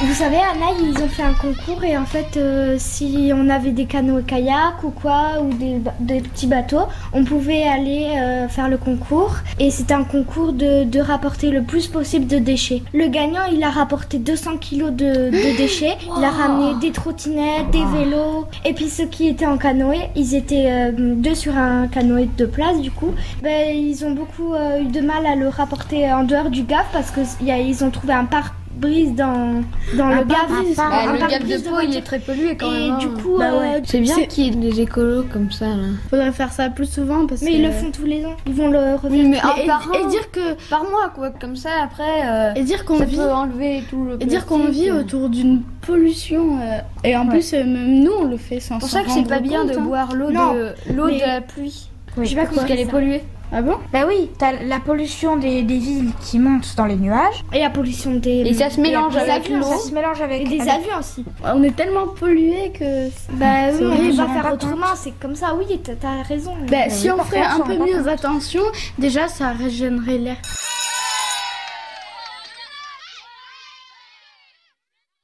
Vous savez, Anna, ils ont fait un concours et en fait, euh, si on avait des canots kayak ou quoi, ou des, ba- des petits bateaux, on pouvait aller euh, faire le concours. Et c'était un concours de, de rapporter le plus possible de déchets. Le gagnant, il a rapporté 200 kilos de, de déchets. Il a ramené des trottinettes, des Ah. vélos. Et puis ceux qui étaient en canoë, ils étaient euh, deux sur un canoë de place du coup. Ben, ils ont beaucoup euh, eu de mal à le rapporter en dehors du gave parce qu'ils ont trouvé un parc brise dans, dans le gave. pare-brise. Ah, Un Bah, le pare-brise gave de de peau, il voiture. est très pollué quand Et même. du hein. coup, Bah euh, C'est bien C'est- qu'il y ait des écolos comme ça là. Faudrait faire ça plus souvent parce mais que. ils le font tous les ans. Ils vont le refaire. Oui, mais un et- par et un. dire que par mois quoi, comme ça après euh, Et dire qu'on ça vit. peut enlever tout le Et dire qu'on plastique, vit euh. autour d'une pollution. euh, et en Ouais. plus, euh, même nous, on le fait sans C'est pour s'en ça que c'est rendre pas bien de compte, hein. boire l'eau Non, de l'eau mais- de la pluie. Oui. sais pas Parce qu'elle est polluée. Ah bon Bah oui, t'as la pollution des, des villes qui monte dans les nuages. Et la pollution des. Et ça se mélange des avec avions, l'eau. ça Ça se mélange avec Et des avec- avions aussi. On est tellement pollué que. Bah oui, C'est on horrible, peut je pas m'en faire rends autrement, c'est comme ça, oui, t'as- t'as raison. Bah, si oui, on par ferait contre, un on peu va mieux attention, déjà ça régénérerait l'air.